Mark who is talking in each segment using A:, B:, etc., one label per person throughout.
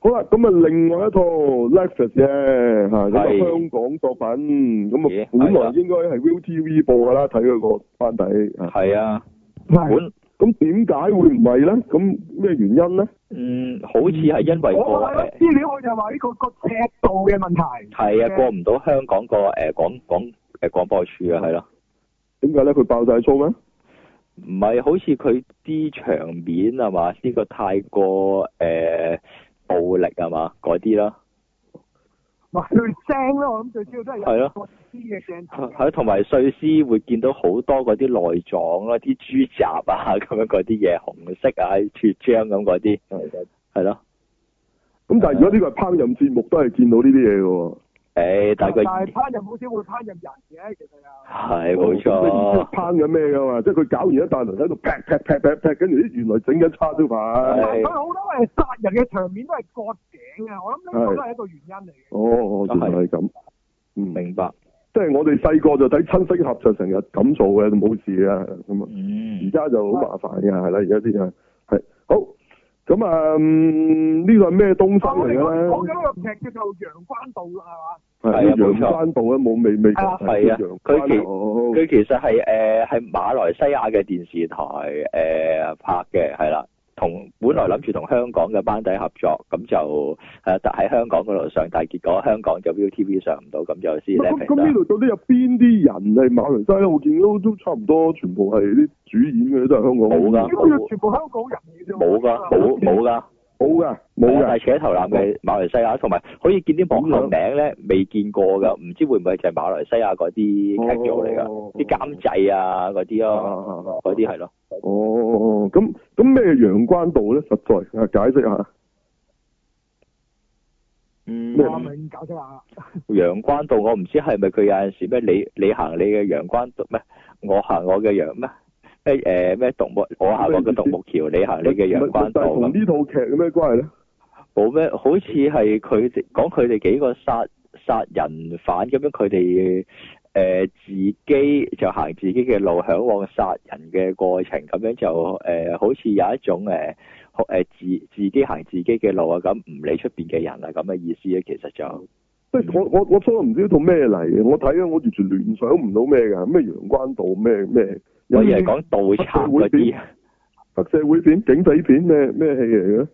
A: 好啦，咁啊，另外一套 Netflix 嘅嚇，咁啊
B: 係
A: 香港作品，咁
B: 咦
A: 啊本
B: 係
A: 來
B: 啦
A: 應該係 ViuTV 播㗎啦，睇佢個班底啊。
B: 係啊，
A: 係
B: 本
A: 咁點解會唔係咧？咁咩原因咧？
B: 嗯好似係因為個
C: 我我睇咗
B: 誒
C: 資料，佢就話呢個個尺度嘅問題。
B: 係啊
C: 嘅
B: 過唔到香港個誒廣廣誒廣播處啊，係咯，
A: 點解咧？佢爆晒粗咩？
B: 唔係好似佢啲場面係嘛？呢個太過誒暴力係嘛？嗰啲啦，
C: 哇！最聲啦，我諗最主要都係有
B: 係咯
C: 個知嘅鏡頭嘅。
B: 係同埋碎屍會見到好多嗰啲內臟啦、啲豬雜啊 咁樣嗰啲嘢，紅色啊、血漿咁嗰啲，係咯。
A: 咁但係如
B: 啊
A: 果呢個係烹飪節目，都係見到呢啲嘢嘅喎。
B: 誒，但係
C: 但係
B: 佢
C: 烹飪好少會烹飪人嘅，其實又
B: 係
A: 哦
B: 冇錯，
A: 烹緊咩㗎嘛？即係佢搞完一啖人喺度劈劈劈劈劈，跟住咦原來整緊叉燒飯。
B: 係
C: 佢好多係殺人嘅場面都係割頸嘅，我諗呢個都係一個原因嚟嘅。
A: 哦哦，原來係咁。嗯，
B: 明白。
A: 即係我哋細個就睇親戚俠就成日咁做嘅，冇事啊咁啊。而
B: 嗯，
A: 家就好麻煩㗎，係啦，而家啲嘢係好。咁啊，嗯呢個係咩東西
C: 我
A: 嚟
C: 哋
A: 嘅
C: 講
A: 咧？
C: 緊個劇叫做《陽關道》啦，
B: 係啊
A: 係
B: 冇
A: 陽
B: 錯
A: 關道咧，冇未未
C: 係啊
B: 係啊
A: 陽哦
B: 佢其
A: 關道
B: 佢其實係誒係馬來西亞嘅電視台誒、呃拍嘅，係啦。同本來諗住同香港嘅班底合作，咁就誒但喺香港嗰度上，但係結果香港就 ViuTV 上唔到，咁就先咧
A: 咁咁呢度到底有邊啲人係馬來西亞？我見到都差唔多全部係啲主演嘅，都係香港
B: 冇㗎
C: 係嘛？呢個全部香港人嚟嘅啫。啊
B: 冇
A: 啊
B: 噶，冇冇噶，
A: 冇㗎，冇
B: 係啊
A: 㗎
B: 但係扯頭攬嘅馬來西亞，同埋可以見啲幕後名咧，未見過噶，唔知會唔會就係馬來西亞嗰啲劇組嚟
A: 哦
B: 噶，啲監製啊嗰啲
A: 啊
B: 咯，
A: 啊啊啊
B: 嗰啲係咯。
A: 哦，咁咁咩陽關道咧？實在啊，解釋下。
B: 嗯
A: 咩
C: 我明搞清下。
B: 陽關道，我唔知係咪佢有陣時咩你你行你嘅陽關道咩，我行我嘅陽咩咩誒咩獨木，我行我嘅獨木橋，你行你嘅陽關道
A: 但係同
B: 咁，
A: 呢套劇有咩關係咧？
B: 冇咩好似係佢哋講佢哋幾個殺殺人犯咁樣，佢哋誒自己就行自己嘅路，向往殺人嘅過程咁樣就誒、呃好似有一種誒。呃學誒自自己行自己嘅路啊，咁唔理出邊嘅人啊，咁嘅意思咧，其實就
A: 即係我我我初唔知呢套咩嚟嘅，我睇啊，我完全聯想唔到咩㗎，咩陽關道咩咩，
B: 我以
A: 啲
B: 為講盜賊嗰
A: 黑社會
B: 啲
A: 片，黑社會片、警匪片咩咩戲嚟嘅？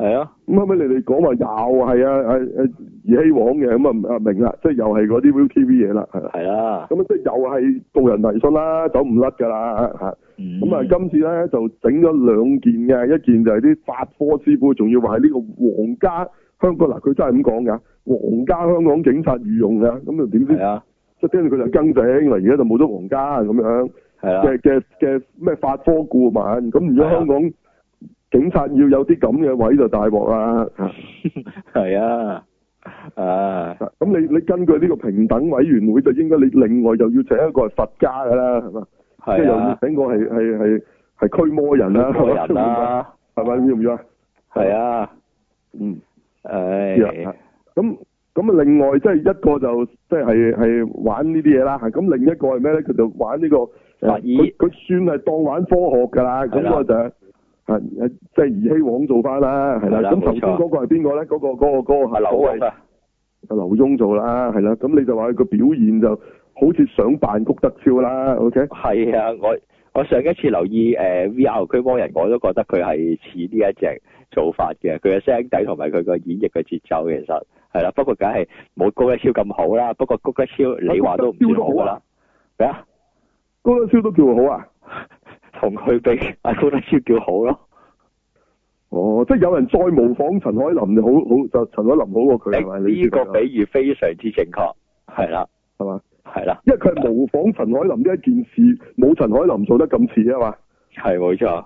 B: 係啊。
A: 咁後尾你哋講話又係啊啊啊兒戲王嘅，咁啊啊明啦，即係又係嗰啲 ViuTV 嘢啦，係啦。
B: 係啦，
A: 咁啊，即係又係導人迷信啦，走唔甩㗎啦嚇。咁
B: 咁
A: 啊，今次咧就整咗兩件嘅，一件就係啲法科師傅，仲要話係呢個皇家香港嗱，佢真係咁講㗎，皇家香港警察御用㗎，咁啊點知
B: 係？啊，
A: 即係跟住佢就更正，嗱而家就冇咗皇家咁樣
B: 係啊啦，
A: 嘅嘅嘅咩法科顧問，啊咁如果香港警察要有啲咁嘅位就大鑊啦。
B: 啊 係啊，啊，
A: 咁你你根據呢個平等委員會就應該你另外又要請一個係佛家㗎啦，係嘛？即係
B: 係
A: 又要
B: 啊，
A: 請個係係係係驅魔人啦，
B: 個 人啦，
A: 係咪？要唔要啊？
B: 係啊，
A: 嗯，
B: 唉，
A: 係啊咁。咁啊，另外即係一個就即係係係玩呢啲嘢啦，咁另一個係咩咧？佢就玩呢、個呃
B: 法醫
A: 佢佢算係當玩科學㗎啦。咁
B: 係啦
A: 嗰個就係係係即係兒戲王做翻啦，係
B: 係
A: 啦。
B: 啦
A: 咁頭
B: 冇錯
A: 先嗰個係邊個咧？嗰、個嗰、個嗰、個
B: 係劉
A: 所謂
B: 墉啊，
A: 劉墉做啦，係啦。咁你就話佢個表現就好似想扮谷德超啦，OK？
B: 係啊，我我上一次留意誒 VR 驅魔人，我都覺得佢係似呢一隻做法嘅，佢嘅聲底同埋佢個演繹嘅節奏其實係啦，不過梗係冇高一超咁好啦，不過高一超你話都唔算好噶啦，咩啊？
A: 谷德超都叫好啊！
B: 同佢比，阿高一超叫好咯。
A: 哦，即係有人再模仿陳海琳就好好，就陳海琳好過佢係咪？你
B: 哎呢
A: 知
B: 個
A: 道
B: 比喻非常之正確，係啦，
A: 係嘛？
B: 係啦，
A: 因為佢係模仿陳海琳呢一件事，冇陳海琳做得咁似啊嘛，
B: 係冇錯，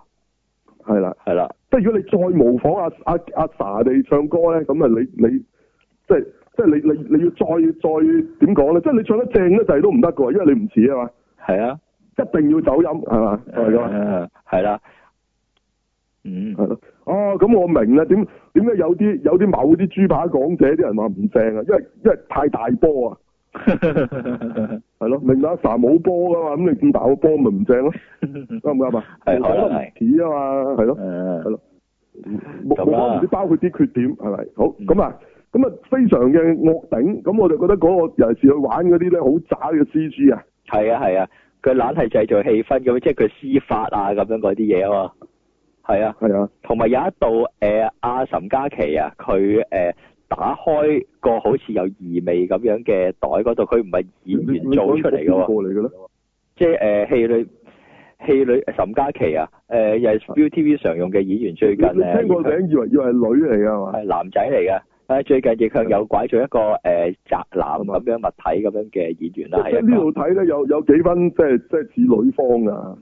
A: 係啦。
B: 係啦，
A: 即係如果你再模仿阿阿阿 sa 地唱歌咧，咁啊你你即係即係你你你要再再點講咧？即係你唱得正咧，就係都唔得嘅喎，因為你唔似啊嘛，
B: 係啊，
A: 一定要走音係嘛？係咪咁啊？
B: 嗯係啦， 嗯，
A: 係咯。哦，咁我明啦，點點解有啲有啲某啲豬扒港姐啲人話唔正啊？因為因為太大波啊，係咯，明啦，阿 sa 冇波噶嘛，咁你咁大個波咪唔正咯，啱唔啱啊？
B: 係
A: 模仿得
B: 可能
A: 唔
B: 係
A: 似啊嘛，係咯。
B: 嗯
A: 係咯冇冇
B: 咁啊
A: 講唔知包括啲缺點係咪？好
B: 嗯
A: 咁啊，咁啊非常嘅惡頂，咁我就覺得嗰、個尤其是去玩嗰啲咧好渣嘅 C G 啊，
B: 係啊係啊，佢懶係製造氣氛咁，即係佢施法啊咁樣嗰啲嘢啊嘛。係啊，
A: 係啊，
B: 同埋有一度誒阿岑嘉琪啊，佢誒、呃打開個好似有異味咁樣嘅袋嗰度，佢唔係
A: 你
B: 演員做出嚟嘅喎。
A: 過嚟嘅咧，
B: 即係誒、呃、戲裏戲裏岑嘉琪啊，誒、又係 ViuTV 常用嘅演員，最近
A: 你你
B: 誒
A: 聽個名以為以為係女嚟㗎啊係嘛？
B: 係男仔嚟嘅。啊！最近亦向右拐咗一個誒、呃宅男咁樣物體咁樣嘅演員啦，
A: 啊即
B: 係啊
A: 係
B: 一
A: 呢
B: 個
A: 度睇咧有有幾分即係即係似女方啊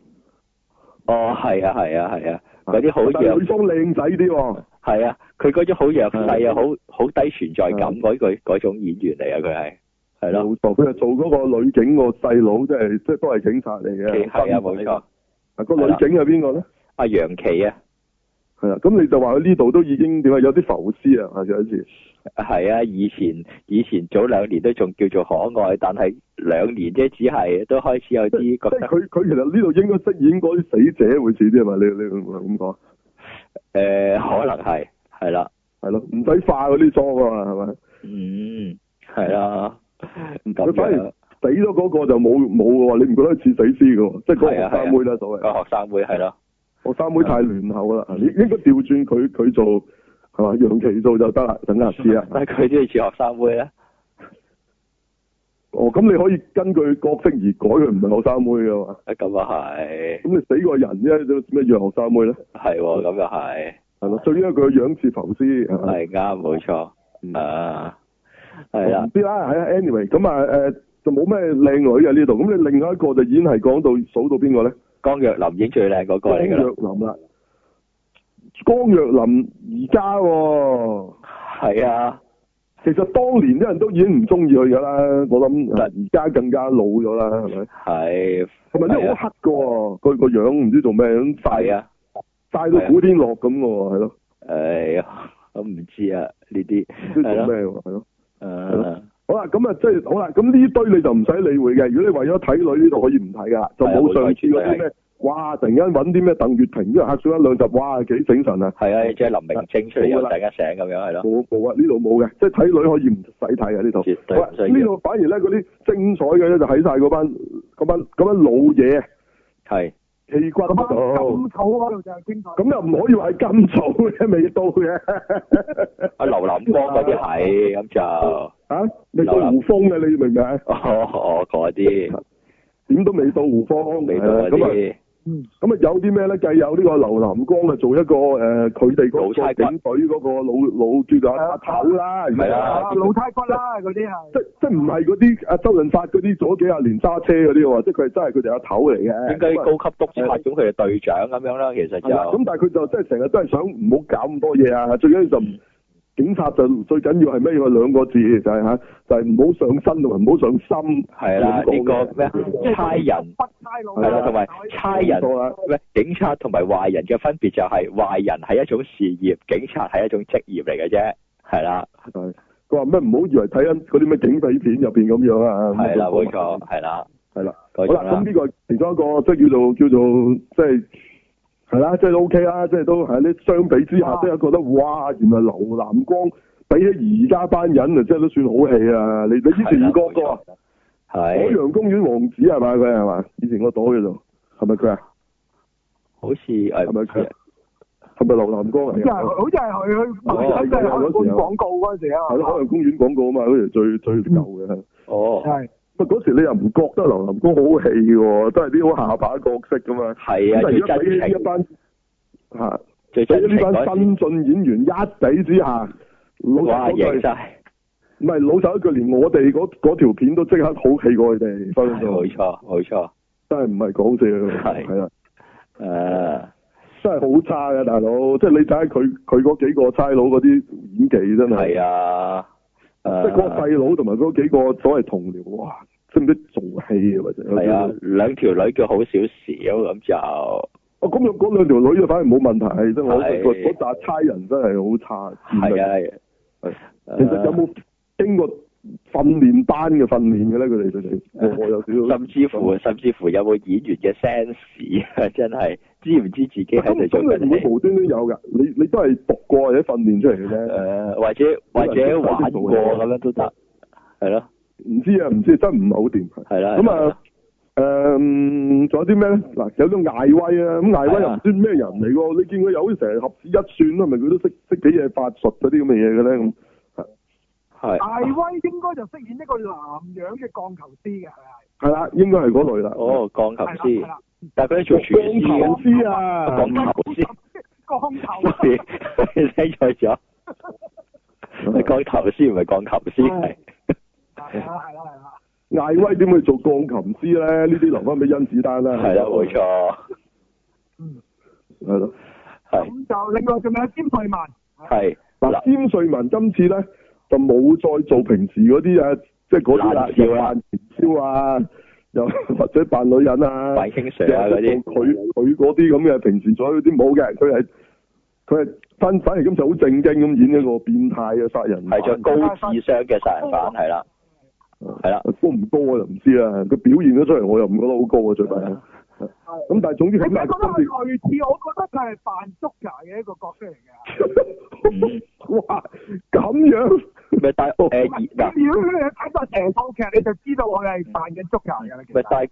A: 㗎，
B: 哦，係啊，係啊，係啊，嗰啲好
A: 但係
B: 弱
A: 女方靚仔啲喎。
B: 係啊，佢嗰種好弱勢
A: 係
B: 啊，好好低存在感嗰句嗰種演員嚟啊，佢係係咯，
A: 冇錯，佢係做嗰個女警個細佬，即係即係都係警察嚟嘅。
B: 係啊，冇錯，
A: 啊，個女警係邊個咧？
B: 阿楊琪啊，
A: 係啦，咁你就話佢呢度都已經點啊？有啲浮屍啊，有一次
B: 係啊，以前以前早兩年都仲叫做可愛，但係兩年啫，只係都開始有
A: 即
B: 啲覺
A: 係
B: 得
A: 佢佢其實呢度應該飾演嗰啲死者會似啲啊嘛？你你會唔會咁講？
B: 誒、呃可能係係啦，
A: 係咯，唔使化嗰啲妝啊嘛，係咪？
B: 嗯，係啦，咁
A: 佢反而
B: 樣
A: 死咗嗰個就冇冇嘅喎，你唔覺得佢似死屍嘅喎？即係嗰個
B: 係
A: 學
B: 啊係啊啊
A: 生妹啦，所謂
B: 個學生會係咯，
A: 學生妹太亂口啦，應應該調轉佢佢做係嘛？楊琪做就得啦，等下啊試啦。
B: 但係啊佢都要似學生會咧，
A: 哦，咁你可以根據角色而改，佢唔係學生妹㗎嘛？
B: 咁啊係
A: 咁你死過人啫，做咩樣學生妹咧？
B: 係喎，咁又係。
A: 係咯，最緊要佢個樣似浮屍，係嗯咪？
B: 係啱，冇錯。啊，係
A: 我
B: 啦
A: 唔，知啦，係啊。Anyway，咁啊誒，就冇咩靚女啊呢度。咁你另外一個就已經係講到數到邊個咧？
B: 江若琳已經最靚嗰個
A: 江
B: 嚟㗎啦。
A: 若琳啦，江若琳而家喎，
B: 係啊，
A: 其實當年啲人都已經唔中意佢㗎啦。我諗啊
B: 但
A: 而家更加老咗啦，係咪？
B: 係。
A: 同埋
B: 係
A: 啲
B: 啊
A: 好黑㗎喎，佢個樣唔知做咩咁
B: 係
A: 曬
B: 啊，
A: 曬到古天樂咁㗎喎，係咯，
B: 誒，我哎唔知啊，呢啲啊
A: 唔知做
B: 係咯
A: 咩喎，係咯。
B: 誒，
A: 好啦，咁啊，即係好啦，咁呢堆你就唔使理會嘅。如果你為咗睇女呢度可以唔睇噶啦，就啊冇上次嗰啲咩，哇！突然間揾啲咩鄧月婷，因為客串一兩集，哇，幾醒神啊！
B: 係啊，即係林明晶出嚟
A: 冇
B: 又
A: 啦
B: 突然間醒咁樣，係咯，
A: 冇冇啊，呢度冇嘅，即係睇女可以唔使睇啊呢度。
B: 絕對
A: 好啦
B: 唔需要
A: 呢度反而咧嗰啲精彩嘅咧就喺晒嗰班嗰班嗰班老嘢
B: 係
A: 戲骨
B: 哦
C: 咁
A: 嗰
C: 啊，
A: 度
C: 咁，草嗰度就精彩。
A: 咁又唔可以話係咁早嘅，未到嘅。
B: 阿劉林光嗰啲係咁就，
A: 啊，未到胡風嘅，你明唔明啊？
B: 哦，嗰啲
A: 點都未到胡風，
B: 味道
A: 係啦
B: 嗰
A: 啊咁啊。
B: 啲
C: 嗯，
A: 咁啊有啲咩咧？繼有呢個劉林光啊，做一個誒佢哋嗰個警隊嗰個老老叫做阿頭啦，而
B: 係
A: 家
B: 啊
C: 啊，老太骨啦，嗰啲係
A: 即。即唔係嗰啲阿周潤發嗰啲做咗幾廿年揸車嗰啲喎，即係佢係真係佢哋阿頭嚟嘅。
B: 應該高級督察咁，佢哋隊長咁樣啦，其實
A: 係啦咁
B: 就
A: 但係佢就真係成日都係想唔好搞咁多嘢啊！最緊要就唔警察就最緊要係咩？佢兩個字就係嚇，就係唔好上身同埋唔好上心。
B: 係啦，呢個咩啊
C: 即係
B: 差人。
C: 北差佬
B: 係啦，同埋差人
A: 冇錯啊啦
B: 唔係警察同埋壞人嘅分別就係壞人係一種事業，警察係一種職業嚟嘅啫，係啦，
A: 係佢話咩？唔好以為睇緊嗰啲咩警匪片入邊咁樣啊！
B: 係啦，冇錯，係啦，
A: 係啦。好
B: 嗰種
A: 啦，
B: 啦
A: 咁，呢個係其中一個即係叫做叫做即係係啦，即係 O K 啦，即係都係呢相比之下，
C: 啊
A: 即係覺得哇，原來劉南光比起而家班人啊，即係都算好戲啊！你你之前遇過個啊海
B: 係，
A: 洋公園王子啊係咪佢係嘛？以前個朵叫做係咪佢啊？
B: 好似誒
A: 係咪佢？啊係咪劉南光啊
C: 好似
A: 嚟
C: 係
B: 啊
A: 㗎？
C: 好似係佢去賣
B: 哦
C: 身嘅海軍廣告嗰陣時啊
A: 係咯，海洋公園廣告啊嘛，嗰時最最舊嘅。
B: 哦，
C: 係
A: 不過嗰時你又唔覺得劉南光好戲喎，都係啲好下巴角色㗎嘛。
B: 係
A: 咁
B: 啊，
A: 但係
B: 最
A: 而家比起
B: 真
A: 呢一
B: 情，
A: 班嚇。
B: 最
A: 所以
B: 真情
A: 呢班
B: 嗰時，
A: 新晉演員一比之下，老
B: 哇，
A: 實
B: 贏
A: 嗰句，
B: 晒，
A: 唔係老實一句，連我哋嗰嗰條片都即刻好戲過佢哋，分分
B: 係 冇
A: 鐘
B: 錯冇錯，
A: 真係唔係講笑，
B: 係
A: 係啦，啊
B: 誒，
A: 真係好差嘅大佬，即係你睇下佢佢嗰幾個差佬嗰啲演技真係，
B: 係啊，
A: 即係嗰個
B: 誒，
A: 細佬同埋嗰幾個所謂同僚，哇，識唔識做戲啊？或者
B: 係啊，兩條女叫好少少咁就。
A: 哦咁樣嗰兩條女就反而冇問題，真係我
B: 係
A: 嗰嗰扎差人真係好差，呃
B: 係啊，係啊
A: 其實有冇經過訓練班嘅訓練嘅咧？佢哋佢哋我我有少少
B: 呃甚至乎甚至乎有冇演員嘅 sense 啊？ 真係知唔知自己喺度
A: 咁
B: 做
A: 咁你
B: 緊
A: 唔會
B: 戲？
A: 無端端有㗎，你你都係讀過或者訓練出嚟嘅
B: 誒、
A: 啫。
B: 呃或者或者玩過咁樣都得，係咯，
A: 唔知啊，唔知真唔係好掂。
B: 係啦。
A: 咁啊，誒，仲有啲咩咧？嗱，有咗艾威啊，咁艾威又唔知咩人嚟喎？你見佢有啲成日合指一算啦，係咪佢都識識幾嘢法術嗰啲咁嘅嘢嘅咧？咁
B: 係啦，
C: 大
B: 係
C: 威應該就飾演一個男樣嘅鋼球師嘅，係
A: 係啦，應該係嗰類啦。
B: 哦，鋼
C: 咪
B: 琴
C: 係
B: 師，
C: 啦
B: 但係佢都做廚師
A: 鋼
B: 嘅
A: 琴師啊，
B: 鋼
C: 係
B: 鋼
C: 啦，
B: 球師
C: 鋼球
B: ，sorry，聽錯咗，
A: 嗯
B: 係鋼琴師唔係鋼琴師，係
C: 係啦係啦啊係啦，
A: 艾威點會做鋼琴師咧？呢啲留翻俾甄子丹啦。
B: 係啦，啊冇。錯，
C: 嗯，
A: 係咯。
B: 係
C: 咁就另外仲有詹瑞文，
B: 係
A: 嗱，
B: 嗱，
A: 詹瑞文今次咧就冇再做平時嗰啲啊，即係嗰啲啦，
B: 冷笑
A: 又
B: 啦
A: 扮年宵啊，又 或者扮女人啊，
B: 扮傾 Sir 啊嗰啲，
A: 做佢佢嗰啲咁嘅平時做嗰啲冇嘅，佢係佢係反反而今次好正經咁演一個變態嘅殺人犯，
B: 係着高智商嘅殺人犯，
A: 哦
B: 係啦，係啦，
A: 啊高唔高啊就唔知啦，佢表現咗出嚟我又唔覺得好高啊最
B: 係
A: 弊
B: 啊。
A: 咁但係總之
C: 你覺
A: 咁
C: 得
A: 但係今
C: 佢
A: 次
C: 類似？我覺得佢係扮足球嘅一個角色嚟嘅。
B: 嗯。
A: 哇咁樣
B: 咪但
A: 哦
B: 係誒
C: 唔
B: 嗱
C: 係，你如果你睇過成套劇，你就知道我係扮緊足球嘅啦。其
B: 咪
C: 實
B: 但係
A: 哎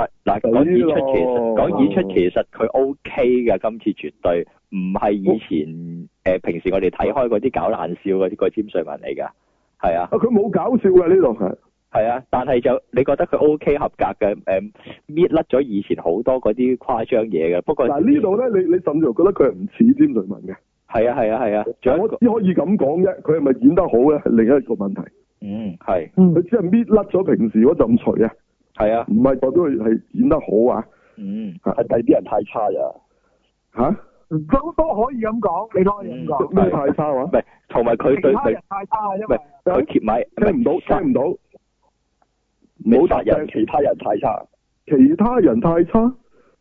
B: 講但嗱講演出其實講演
A: 哦
B: 出其實佢 O K 嘅，今次絕對唔係
A: 哦
B: 以前誒、平時我哋睇開嗰啲搞爛笑嗰啲個詹瑞文嚟㗎，係啊
A: 啊佢冇搞笑嘅呢度係。
B: 係啊，但係就你覺得佢 O K 合格嘅誒搣甩咗以前好多嗰啲誇張嘢嘅，不過
A: 嗱呢度咧，你你甚至乎覺得佢係唔似詹瑞文嘅，
B: 係啊係啊係啊，仲有
A: 我
B: 一
A: 只
B: 個
A: 可以咁講啫。佢係咪演得好咧，係另一個問題。
B: 嗯係
A: 佢只係搣甩咗平時嗰陣除啊，
B: 係啊
A: 唔係代表佢係演得好啊
B: 嗯
A: 係
B: 第啲人太差啊。
A: 嚇
C: 都都可以咁講，你都可以咁講。
A: 咩太差
B: 唔
A: 啊？
B: 係，同埋佢
C: 其
B: 對
C: 他
B: 佢
C: 人太差啊啦，因
B: 喂
C: 為
B: 佢揭咪
A: 聽唔到，聽唔到，
B: 唔好
A: 唔好
B: 殺
A: 答
B: 人，
A: 人。
B: 其他人太差。
A: 其他人太差，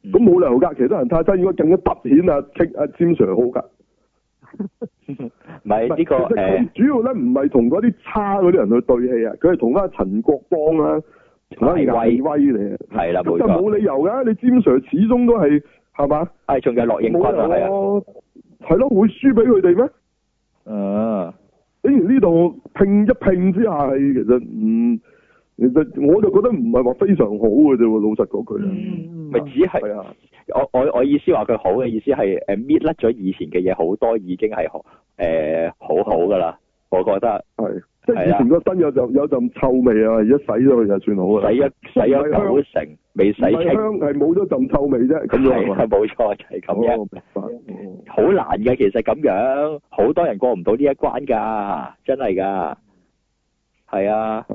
B: 嗯
A: 咁冇理由㗎。其他人太差，應該更加突顯啊傾啊詹 Sir 好㗎。
B: 唔係呢個
A: 其實
B: 誒
A: 佢主要咧唔係同嗰啲差嗰啲人去對戲啊，佢係同翻陳國邦啊、同阿
B: 威
A: 艾威嚟啊。
B: 係啦，
A: 咁
B: 冇
A: 就
B: 錯。
A: 冇理由㗎，你詹 Sir 始終都係係嘛？
B: 係仲有落英軍啊，
A: 冇
B: 係啊。
A: 理由啊係咯，會輸俾佢哋咩？
B: 嗯，
A: 竟然呢度拼一拼之下，係其實唔，其實我就覺得唔係話非常好嘅啫喎。老實講句，
C: 嗯
B: 咪只係
A: 係啊，
B: 我我我意思話佢好嘅意思係誒搣甩咗以前嘅嘢好多已經係好誒好好噶啦，我覺得
A: 係即係
B: 係啊
A: 以前個身有陣有陣臭味啊，而家洗咗佢就算好啦。
B: 使一使咗九成未使
A: 唔係
B: 清，
A: 香係冇咗陣臭味啫，咁樣
B: 係
A: 係
B: 啊
A: 嘛？
B: 冇錯就係咁樣，
A: 哦明白
B: 嗯
A: 哦
B: 好難嘅其實咁樣，好多人過唔到呢一關㗎，真係㗎，係啊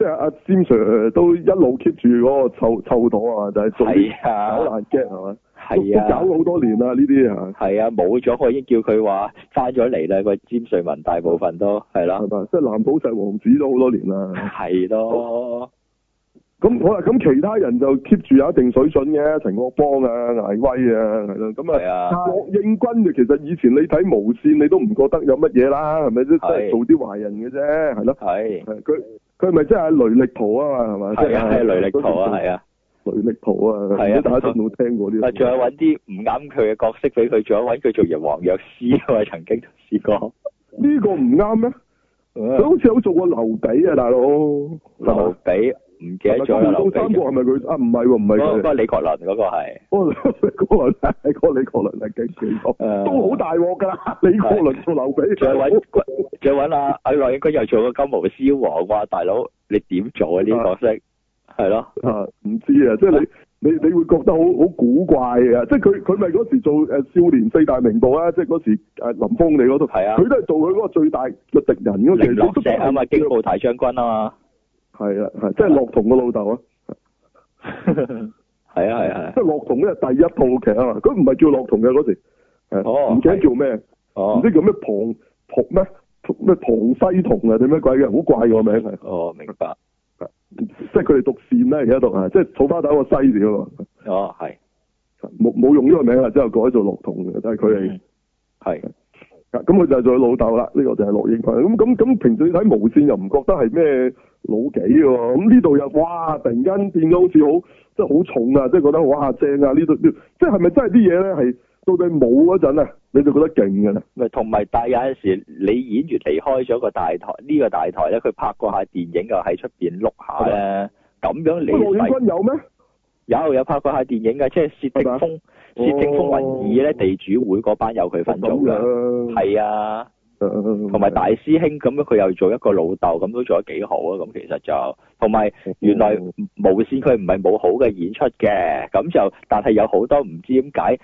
A: 即係阿詹 Sir 都一路 keep 住嗰個臭臭檔啊，就係做啲
B: 係啊
A: 搞爛 get 係嘛？
B: 係
A: 都搞
B: 啊
A: 咗好多年啦，呢啲啊。
B: 係啊冇咗我已經叫佢話翻咗嚟啦個詹瑞文大部分都係啦
A: 係嘛？即係藍寶石王子都好多年啦。
B: 係咯。
A: 咁好啦，咁其他人就 keep 住有一定水準嘅，陳國邦啊、艾威啊，係咯。咁
B: 係
A: 啊，
B: 啊，
A: 郭應軍就其實以前你睇無線，你都唔覺得有乜嘢啦，係咪？即係都係做啲壞人嘅啫，係咯。
B: 係
A: 係佢佢咪即係雷力圖啊嘛，係嘛？
B: 係啊，係雷力圖啊，
A: 係
B: 係啊，
A: 雷力圖啊，
B: 係啊
A: 唔知大家都冇聽過呢個
B: 啊，仲有揾啲唔啱佢嘅角色俾佢，仲有揾佢做人黃藥師 啊，我曾經都試過。
A: 呢個唔啱咩？佢好似有做過劉備啊，大佬。
B: 劉備唔記得咗
A: 係
B: 啦，
A: 咪
B: 劉
A: 到三
B: 備
A: 國係咪佢啊？唔係喎，唔係
B: 嗰
A: 佢
B: 嗰。個李國麟嗰個係
A: 哦，李國麟係李國李國麟係幾幾多？
B: 誒
A: 都好大鑊㗎啦！李國麟做劉備，
B: 仲有揾仲有揾阿阿羅應該又做過金毛獅王，哇！大佬你點做啊呢啲角色？係咯，
A: 啊，唔知啊，即係你你你會覺得好好古怪啊！即係佢佢咪嗰時做誒少年四大名捕啊，即係嗰時誒林峰你嗰度，
B: 係啊
A: 佢都係做佢嗰個最大嘅敵人嗰
B: 零落
A: 其
B: 石
A: 實
B: 啊嘛，京報大將軍啊嘛，
A: 係啊，係即係樂童個老豆啊，
B: 係啊係 啊，係啊
A: 即係樂童咧係第一套劇啊嘛，佢唔係叫樂童嘅嗰時，係
B: 哦
A: 唔記得叫咩，唔
B: 哦
A: 知叫咩龐龐咩咩龐西童啊定咩鬼嘅，好怪個名係。
B: 哦，明白，
A: 即係佢哋讀善啦，而家讀啊，即係草花頭個西字啊嘛，
B: 哦係
A: 啊冇冇用呢個名啦，之後改做樂童嘅，但係佢哋
B: 嗯係
A: 啊咁佢就係做佢老豆啦，呢、個就係陸應坤。咁咁咁，平時你睇無線又唔覺得係咩老幾喎？咁呢度又哇，突然間變咗好似好即係好重啊，即係覺得哇正啊！呢度呢即係係咪真係啲嘢咧係到你冇嗰陣啊，你就覺得勁嘅咧？
B: 咪同埋，但係有陣時你演員離開咗個大台，呢、個大台咧，佢拍過下電影又喺出邊碌下咧，咁樣
A: 喂，陸應
B: 你
A: 坤有咩？
B: 有有拍過下電影嘅，即係《薛定
A: 係
B: 風》《薛定風雲二》咧，
A: 哦
B: 地主會嗰班有佢份做㗎，
A: 咁樣，
B: 係啊。
A: 同
B: 同埋大師兄咁樣，佢又做一個老豆，咁都做得幾好啊！咁其實就同埋
A: 哦
B: 原來無線佢唔係冇好嘅演出嘅，咁就但係有好多唔知點解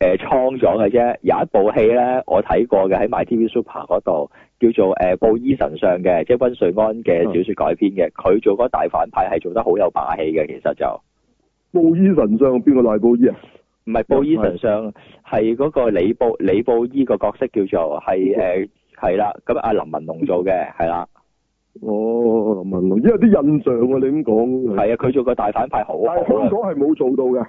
B: 誒倉咗嘅啫。有一部戲咧，我睇過嘅喺 MyTV Super 嗰度，叫做誒、呃、布衣神相嘅，即係温瑞安嘅小説改編嘅。佢、做嗰個大反派係做得好有霸氣嘅，其實就
A: 布衣神相邊個大布衣啊？
B: 唔係布衣神相，係嗰個李布李布衣個角色叫做係誒係啦，咁阿林文龍做嘅係啦。
A: 哦，林文龍，因為啲印象喎，你咁講。
B: 係啊，佢做個大反派好好
A: 嗯但係香
B: 啊。
A: 港係冇做到嘅。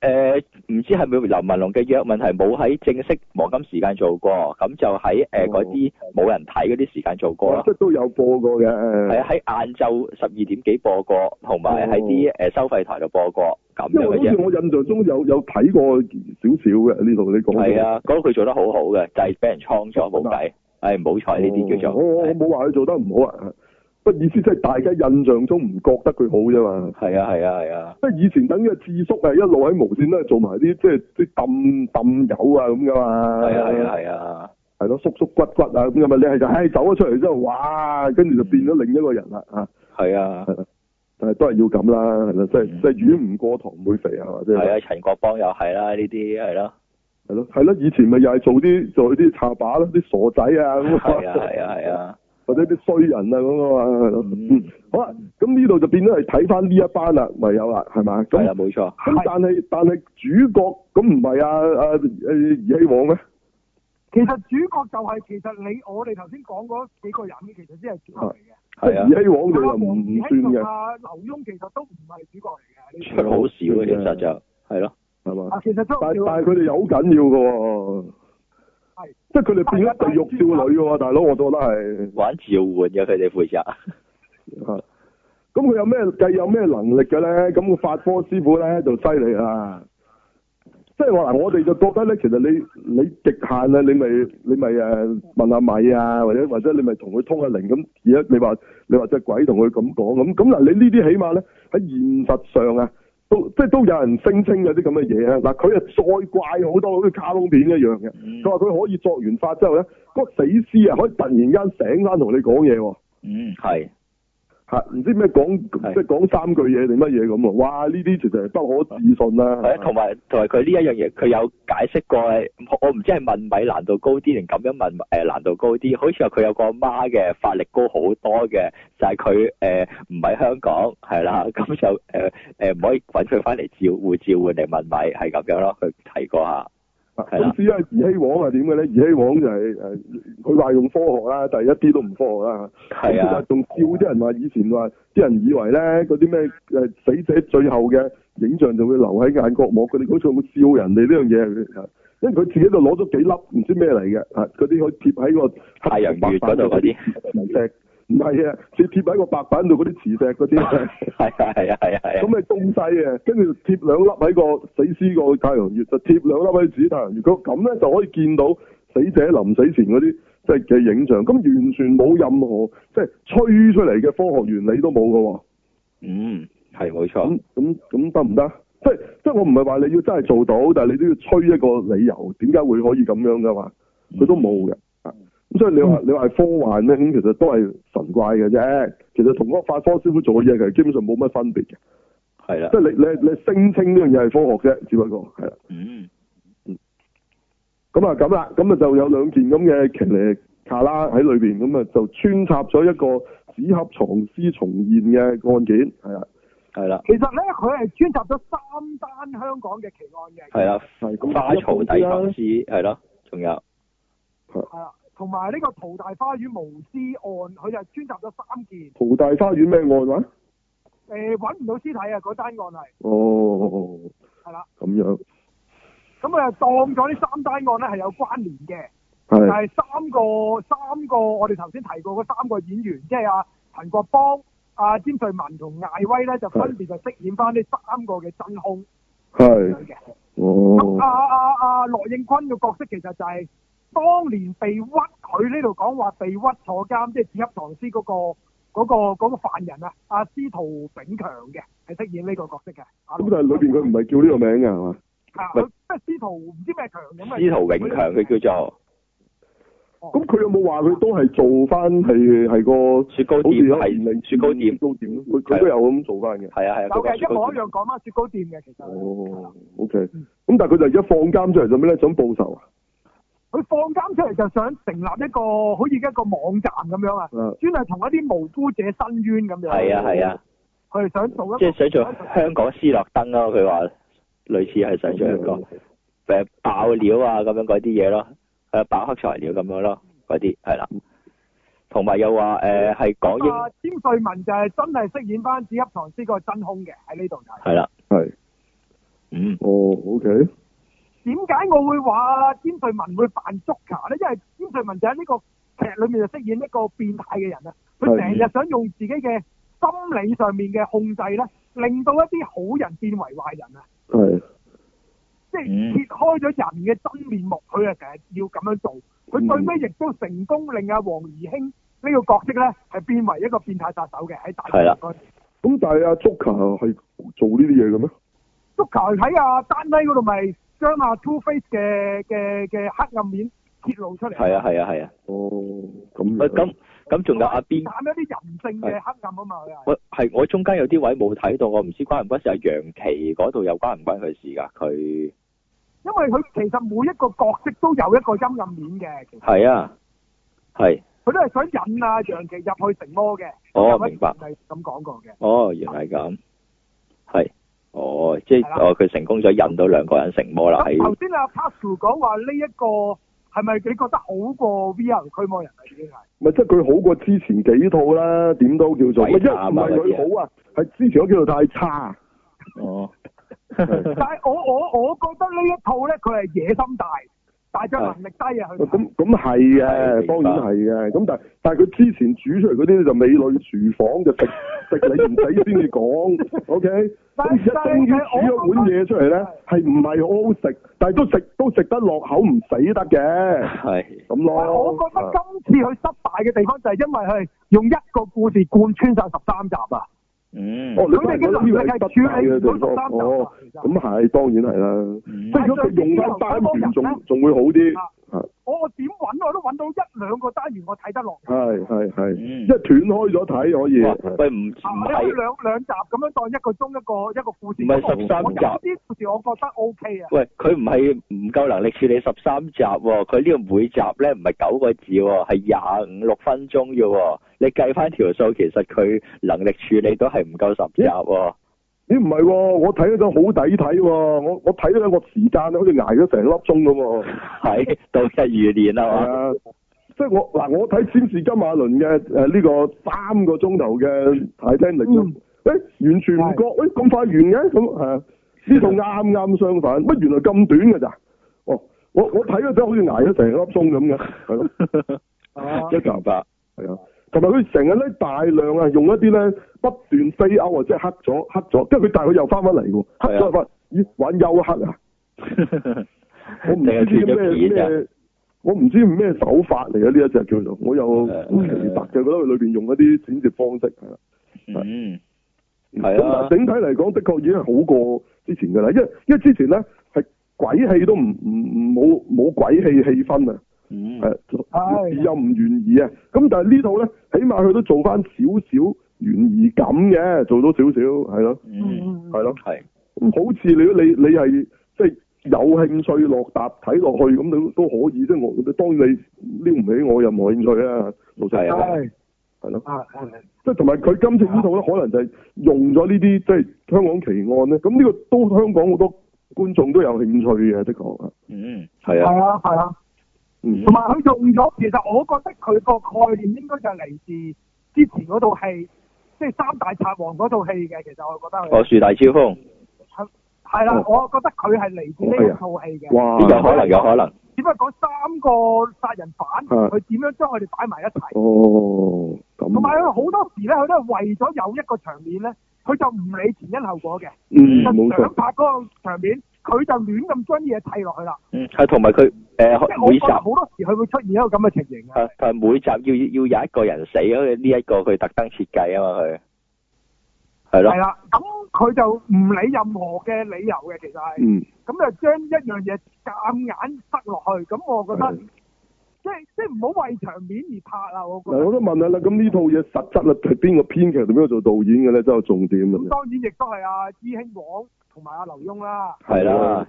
B: 誒，呃唔、知係咪劉文龍嘅約問題冇喺正式黃金時間做過，咁就喺誒
A: 哦
B: 嗰啲冇人睇嗰啲時間做過啦
A: 即。係都有播過嘅。
B: 係啊，喺晏晝十二點幾播過，同埋喺啲誒收費台度播過，咁
A: 哦因
B: 樣
A: 為
B: 嘅
A: 好似
B: 啫。
A: 我印象中有有睇過少少嘅呢度你講。
B: 係，啊，嗰個佢做得好好嘅，就係俾人倉咗，冇計。係唔好彩呢啲叫
A: 我嗯哦我我
B: 做係
A: 冇話佢做得唔好啊，不意思即係大家印象中唔覺得佢好啫嘛。
B: 係啊係啊係啊，
A: 即係以前等於阿智叔啊，一路喺無線都係做埋啲即係啲揼揼友啊咁噶嘛。
B: 係啊係啊係啊，
A: 係咯，縮縮骨骨啊咁噶嘛。你係就唉走咗出嚟之後，哇，跟住就變咗另一個人啦啊！
B: 係啊
A: 係但係都係要咁啦，係啦，即係
B: 嗯
A: 即係魚唔過塘唔會肥係嘛，即係
B: 係。啊，陳國邦又係啦，呢啲係咯，
A: 係咯，係咯，以前咪又係做啲做啲插把咯，啲傻仔啊咁
B: 係啊係啊係啊，
A: 或者啲衰人啊咁啊嘛，係咯。
B: 嗯
A: 好啦，咁呢度就變咗係睇翻呢一班啦，咪有啦，係嘛？
B: 係
A: 咁
B: 啦冇錯。
A: 咁但係但係主角咁唔係啊啊誒兒戲王咩？啊
C: 其實主角就係其實你我哋頭先講嗰幾個人，其實先係主角嚟嘅。
B: 係啊
A: 即。係兒戲王
C: 阿
A: 佢
C: 黃
A: 又唔唔
C: 子
A: 算
C: 興同
A: 嘅，
C: 阿劉墉其實都唔係主角嚟嘅呢
B: 出好少嘅，其實就係咯，
A: 係嘛
C: 啲。？啊，其實
A: 但但
C: 都
A: 係佢哋又好緊要嘅喎
C: 係，
A: 即係佢哋變咗地獄少女嘅喎，大佬，我覺得係。
B: 玩召喚嘅佢哋負責。
A: 啊咁佢有咩計有咩能力嘅咧？咁個法科師傅咧就犀利啦。即係話嗱，我哋就覺得咧，其實你你極限啊，你咪你咪誒問下米啊，或者或者你咪同佢通下靈咁。而家你話你話隻鬼同佢咁講咁咁嗱，你呢啲起碼咧喺現實上啊，都即係都有人聲稱有啲咁嘅嘢啊。嗱，佢啊再怪好多好似卡通片一樣嘅。
B: 嗯
A: 佢話佢可以作完法之後咧，嗰、個死屍啊可以突然間醒翻同你講嘢喎。
B: 嗯，係
A: 吓，啊唔知咩講，
B: 係
A: 即係講三句嘢定乜嘢咁啊！哇，呢啲其實係不可置信啦。
B: 係啊，同埋同埋佢呢一樣嘢，佢有解釋過，我唔知係問米難度高啲定咁樣問誒、呃難度高啲，好似話佢有個阿媽嘅法力高好多嘅，就係佢誒唔喺香港係啦，
A: 嗯
B: 咁就誒誒唔可以揾佢翻嚟召喚召喚嚟問米係咁樣咯，佢提過下，
A: 啊
B: 係啦
A: 咁至於係兒戲王係點嘅咧？兒戲王就係誒，佢話用科學啦，但係一啲都唔科學啦。咁
B: 係啊
A: 佢話，仲笑啲人話以前話，啲人以為咧嗰啲咩誒死者最後嘅影像就會留喺眼角膜，佢哋好似會笑人哋呢樣嘢。因為佢自己就攞咗幾粒唔知咩嚟嘅，啊嗰啲可以貼喺個
B: 太陽穴嗰度嗰啲，
A: 磁石，唔係啊，貼貼喺個白板度嗰啲磁石 嗰啲。
B: 係啊係啊係啊係
A: 咁
B: 啊，
A: 咪中細嘅，跟住就貼兩粒喺個死屍個太陽穴，就貼兩粒喺自己太陽穴，佢咁咧就可以見到死者臨死前嗰啲即係嘅影像，咁完全冇任何即係吹出嚟嘅科學原理都冇嘅喎。
B: 嗯係冇錯
A: 咁，咁咁得唔得？即係即係我唔係話你要真係做到，但係你都要吹一個理由，點解會可以咁樣噶嘛？佢都冇嘅。啊咁所以你話你話係科幻咧，咁其實都係神怪嘅啫。其實同嗰個法科師傅做嘅嘢，其實基本上冇乜分別嘅。
B: 係啦
A: 即，係你你你聲稱呢樣嘢係科學啫，只不過係啦。
B: 嗯。
A: 咁啊咁啦，咁啊就有兩件咁嘅騎呢卡啦喺裏邊，咁啊就穿插咗一個紙盒藏屍重現嘅案件，係啊啦，
B: 系啦，
C: 其實咧佢係專集咗三單香港嘅奇案嘅。
B: 系啦，
A: 係咁
B: 花槽底
A: 啦
B: 藏屍系咯，仲有
C: 係啦，啊同埋呢個淘大花園無屍案，佢就專集咗三件，
A: 淘大花園咩案啊話？
C: 誒揾唔到屍體啊！嗰單案係
A: 哦，
C: 係啦，
A: 咁樣，
C: 咁啊當咗呢三單案咧係有關聯嘅，就
A: 係
C: 係三個三個我哋頭先提過嗰三個演員，即係阿陳國邦、阿詹瑞文同艾威咧，就分別就飾演翻呢三個嘅真兇咁樣
A: 係
C: 嘅。咁阿
A: 哦，
C: 阿阿羅應坤嘅角色其實就係當年被屈，佢呢度講話被屈坐監，即係指恰唐斯嗰、個嗰、個嗰、個犯人啊，阿司徒炳強嘅係飾演呢個角色嘅。
A: 咁但係裏邊佢唔係叫呢個名㗎係嘛？
C: 啊，佢即係司徒唔知咩強咁啊。
B: 司徒永強佢叫做
A: 咁佢有冇話佢都係做翻係係個
B: 雪糕
A: 好
B: 店
A: 似有
B: 係雪糕店
A: 雪，糕店佢佢都有咁做翻嘅。
B: 係啊係啊，
C: 有
B: 嗰個
C: 嘅
B: 雪
C: 一
B: 糕
C: 模一
B: 店
C: 樣講翻雪糕店嘅其實。
A: 哦，OK。咁但係佢就而家放監出嚟做咩咧？想報仇啊？
C: 佢放監出嚟就想成立一個好似一個網站咁樣啊，
A: 啊
C: 專係同一啲無辜者申冤咁樣。
B: 係啊係啊，
C: 佢哋想做一個
B: 即係想做香港斯諾登咯，佢話類似係想做一個誒爆料啊咁樣嗰啲嘢咯，誒爆黑材料咁樣咯，嗰啲係啦，同埋又話誒係講英
C: 啊，詹瑞文就係真係飾演翻紫級唐斯個真兇嘅喺呢度就
B: 係
C: 係。
B: 啦，
A: 係。
B: 嗯
A: 哦，OK。
C: 點解我會話詹瑞文會扮足球咧？因為詹瑞文就喺呢個劇裏面就飾演一個變態嘅人啊！佢成日想用自己嘅心理上面嘅控制咧，令到一啲好人變為壞人啊！
A: 係。
C: 即係
B: 嗯
C: 揭開咗人嘅真面目，佢啊成日要咁樣做。佢最尾亦都成功令阿黃怡興呢個角色咧係變為一個變態殺手嘅喺大
B: 係啦
C: 陸嗰陣
A: 咁但係阿 Joker 係做呢啲嘢嘅咩？
C: 足球喺阿丹尼嗰度咪將阿 Two Face 嘅嘅嘅黑暗面揭露出嚟。
B: 係啊係啊係啊，
A: 哦，咁樣
B: 喂咁咁仲有阿邊
C: 淡一啲人性嘅黑暗啊嘛，佢係
B: 我係我中間有啲位冇睇到，我唔知關唔關事。阿楊琪嗰度又關唔關佢事㗎？佢
C: 因為佢其實每一個角色都有一個陰暗面嘅，其實
B: 係啊，係
C: 佢都係想引啊楊琪入去成魔嘅。
B: 哦明白
C: 係咁講過嘅。
B: 哦，原來係咁，係哦，即係
C: 係啦
B: 哦，佢成功咗引到兩個人成魔
A: 啊
B: 啦，
C: 咁
B: 係
C: 頭先阿 Pascal 講話呢一個係咪你覺得好過 VR 驅魔人啊？已 經係
A: 咪即係佢好過之前幾套啦，點都叫做，咪
B: 鬼
A: 一唔
B: 慘啊
A: 係佢好啊，係之前嗰幾套太差。
B: 哦，
A: 係
C: 但係我我我覺得呢一套咧，佢係野心大，但係就能力低 啊。佢
A: 咁咁係嘅，
B: 係
A: 當然係嘅。咁但係但係佢之前煮出嚟嗰啲就美女廚房就食食你唔使先至講，OK？
C: 但
A: 咁而家終於煮咗碗嘢出嚟咧，係唔係好好食？但係都食都食得落口，唔死得嘅
B: 係
A: 咁
C: 但係
A: 咯。啊
C: 我覺
B: 啊
C: 得今次佢失敗嘅地方就係因為佢係用一個故事貫穿晒十三集啊！
B: 嗯
A: 哦，你
C: 佢哋
A: 覺
C: 嘅
A: 得
C: 能
A: 呢
C: 力
A: 個
C: 係
A: 係失敗
C: 處理
A: 嘅地
C: 唔到十
A: 方
C: 三，集
A: 哦
C: 啊，其實
A: 咁係當然係啦。
B: 嗯
A: 即係如果佢用翻單元，仲仲會好啲。
C: 啊
A: 嚇
C: 我我點揾我都揾到一兩個單元我睇得落。
A: 係係係，
B: 嗯
A: 即係斷開咗睇可以。
B: 哇
A: 係
B: 喂，唔唔
C: 啊，你可以
B: 係，
C: 兩兩集咁樣當一個鐘一個一個故事。
B: 唔係
C: 因為我
B: 13集
C: 我有啲故事我覺得 O K 啊。
B: 喂，佢唔係唔夠能力處理十三集喎，佢呢個每集咧唔係九個字喎，係廿五六分鐘嘅喎，你計翻條數，其實佢能力處理都係唔夠十 集喎，
A: 咦唔係喎，我睇咗好抵睇喎，我我睇咗兩個時間好似捱咗成粒鐘咁喎。
B: 係度日如年
A: 係
B: 啊嘛，
A: 啊，即係我嗱，我睇《占士金馬倫》嘅誒呢個三個鐘頭嘅 Titanic，誒啊完全唔覺，誒咁快完嘅咁係啊，呢度啱啱相反，乜原來咁短㗎咋？哦，我我睇咗真係好似捱咗成粒鐘咁嘅，係咯。
C: 嗯
B: 一嗯明白，
A: 係啊，同埋佢成日咧大量啊用一啲咧不斷飛歐啊，即係黑咗黑咗，跟住佢但係佢又啊翻返嚟喎，黑咗又翻，咦玩休黑啊！我唔
B: 定係
A: 知
B: 斷咗
A: 咩
B: 片啊？
A: 咩，我唔知咩手法嚟嘅呢一隻叫做，我又
B: 誒
A: 好奇特嘅，覺得佢裏邊用一啲剪接方式係啦。
B: 嗯，係
A: 咁但係
B: 啊
A: 整體嚟講，的確已經係好過之前㗎啦，因為因為之前咧係鬼戲都唔唔唔冇冇鬼戲氣氛啊。
B: 嗯，
A: 誒、
C: 唉
A: 又唔懸疑啊！咁但係呢套咧，起碼佢都做翻少少懸疑感嘅，做到少少係咯，
B: 嗯，
C: 嗯
A: 係咯。
B: 係，
A: 咁好似你你你係即係有興趣落搭睇落去咁都都可以，即係我當然你撩唔起我任何興趣啊，老實
B: 係啊
A: 講
C: 係
A: 係咯。
C: 啊係
A: 即係同埋佢今次呢套咧，可能就係用咗呢啲即係香港奇案咧。咁呢個都香港好多觀眾都有興趣嘅，的確啊。
B: 嗯，係啊，
C: 係啊係啊，
A: 嗯
C: 同，埋佢用咗，其實我覺得佢個概念應該就係嚟自之前嗰套戲，即係三大賊王嗰套戲嘅。其實我覺得
B: 我
C: 佢
B: 樹大招風，
C: 係
A: 哦，
C: 啦嗯我覺得佢係嚟自呢一套戲嘅。
A: 哇！
B: 呢個可能有可能，
C: 只不過講三個殺人犯，
A: 係
C: 佢點樣將佢哋擺埋一齊。
A: 哦，咁。
C: 同埋佢好多時咧，佢都係為咗有一個場面咧，佢就唔理前因後果嘅，
A: 嗯，
C: 就
A: 冇
C: 想
A: 錯。
C: 拍嗰個場面，佢就亂咁將啲嘢砌落去啦。
B: 嗯，係同埋佢诶
C: 即係我
B: 每
C: 覺
B: 集
C: 得好多時佢會出現一個咁嘅情形啊。
B: 係係每集要要有一個人死，因為呢一個佢特登設計啊嘛，佢係咯
C: 係，啦，咁佢就唔理任何嘅理由嘅，其實係，
A: 嗯，
C: 咁就將一樣嘢夾硬塞落去。咁我覺得
A: 係
C: 即係即係唔好為場面而拍啦，我
A: 嗱，
C: 覺得。
A: 我都問下啦，咁呢套嘢實質啦係邊個編劇同邊個做導演嘅咧？真係有重點咁
C: 咁
A: 樣。
C: 當然亦都係阿知興王同埋阿劉墉啦。
B: 係啦，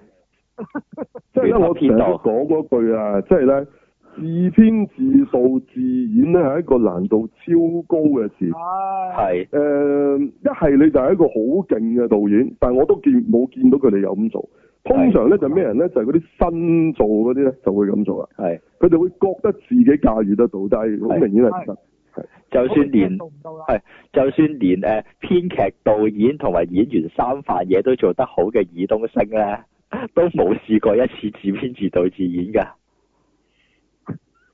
A: 即係咧，我成日都講嗰句啊，即係咧，自編自導自演咧係一個難度超高嘅事。
B: 係
C: 係。
A: 誒、一係你就係一個好勁嘅導演，但係我都見冇見到佢哋有咁做。通常咧就咩人咧，就係嗰啲新做嗰啲咧就會咁做啦。啊
B: 係，
A: 佢哋會覺得自己駕馭得到，但係好明顯係唔得。
B: 就算連
C: 做唔到啦。
B: 係就算連誒、呃、編劇、導演同埋演員三塊嘢都做得好嘅爾冬升咧， 都冇試過一次自編自導自演㗎。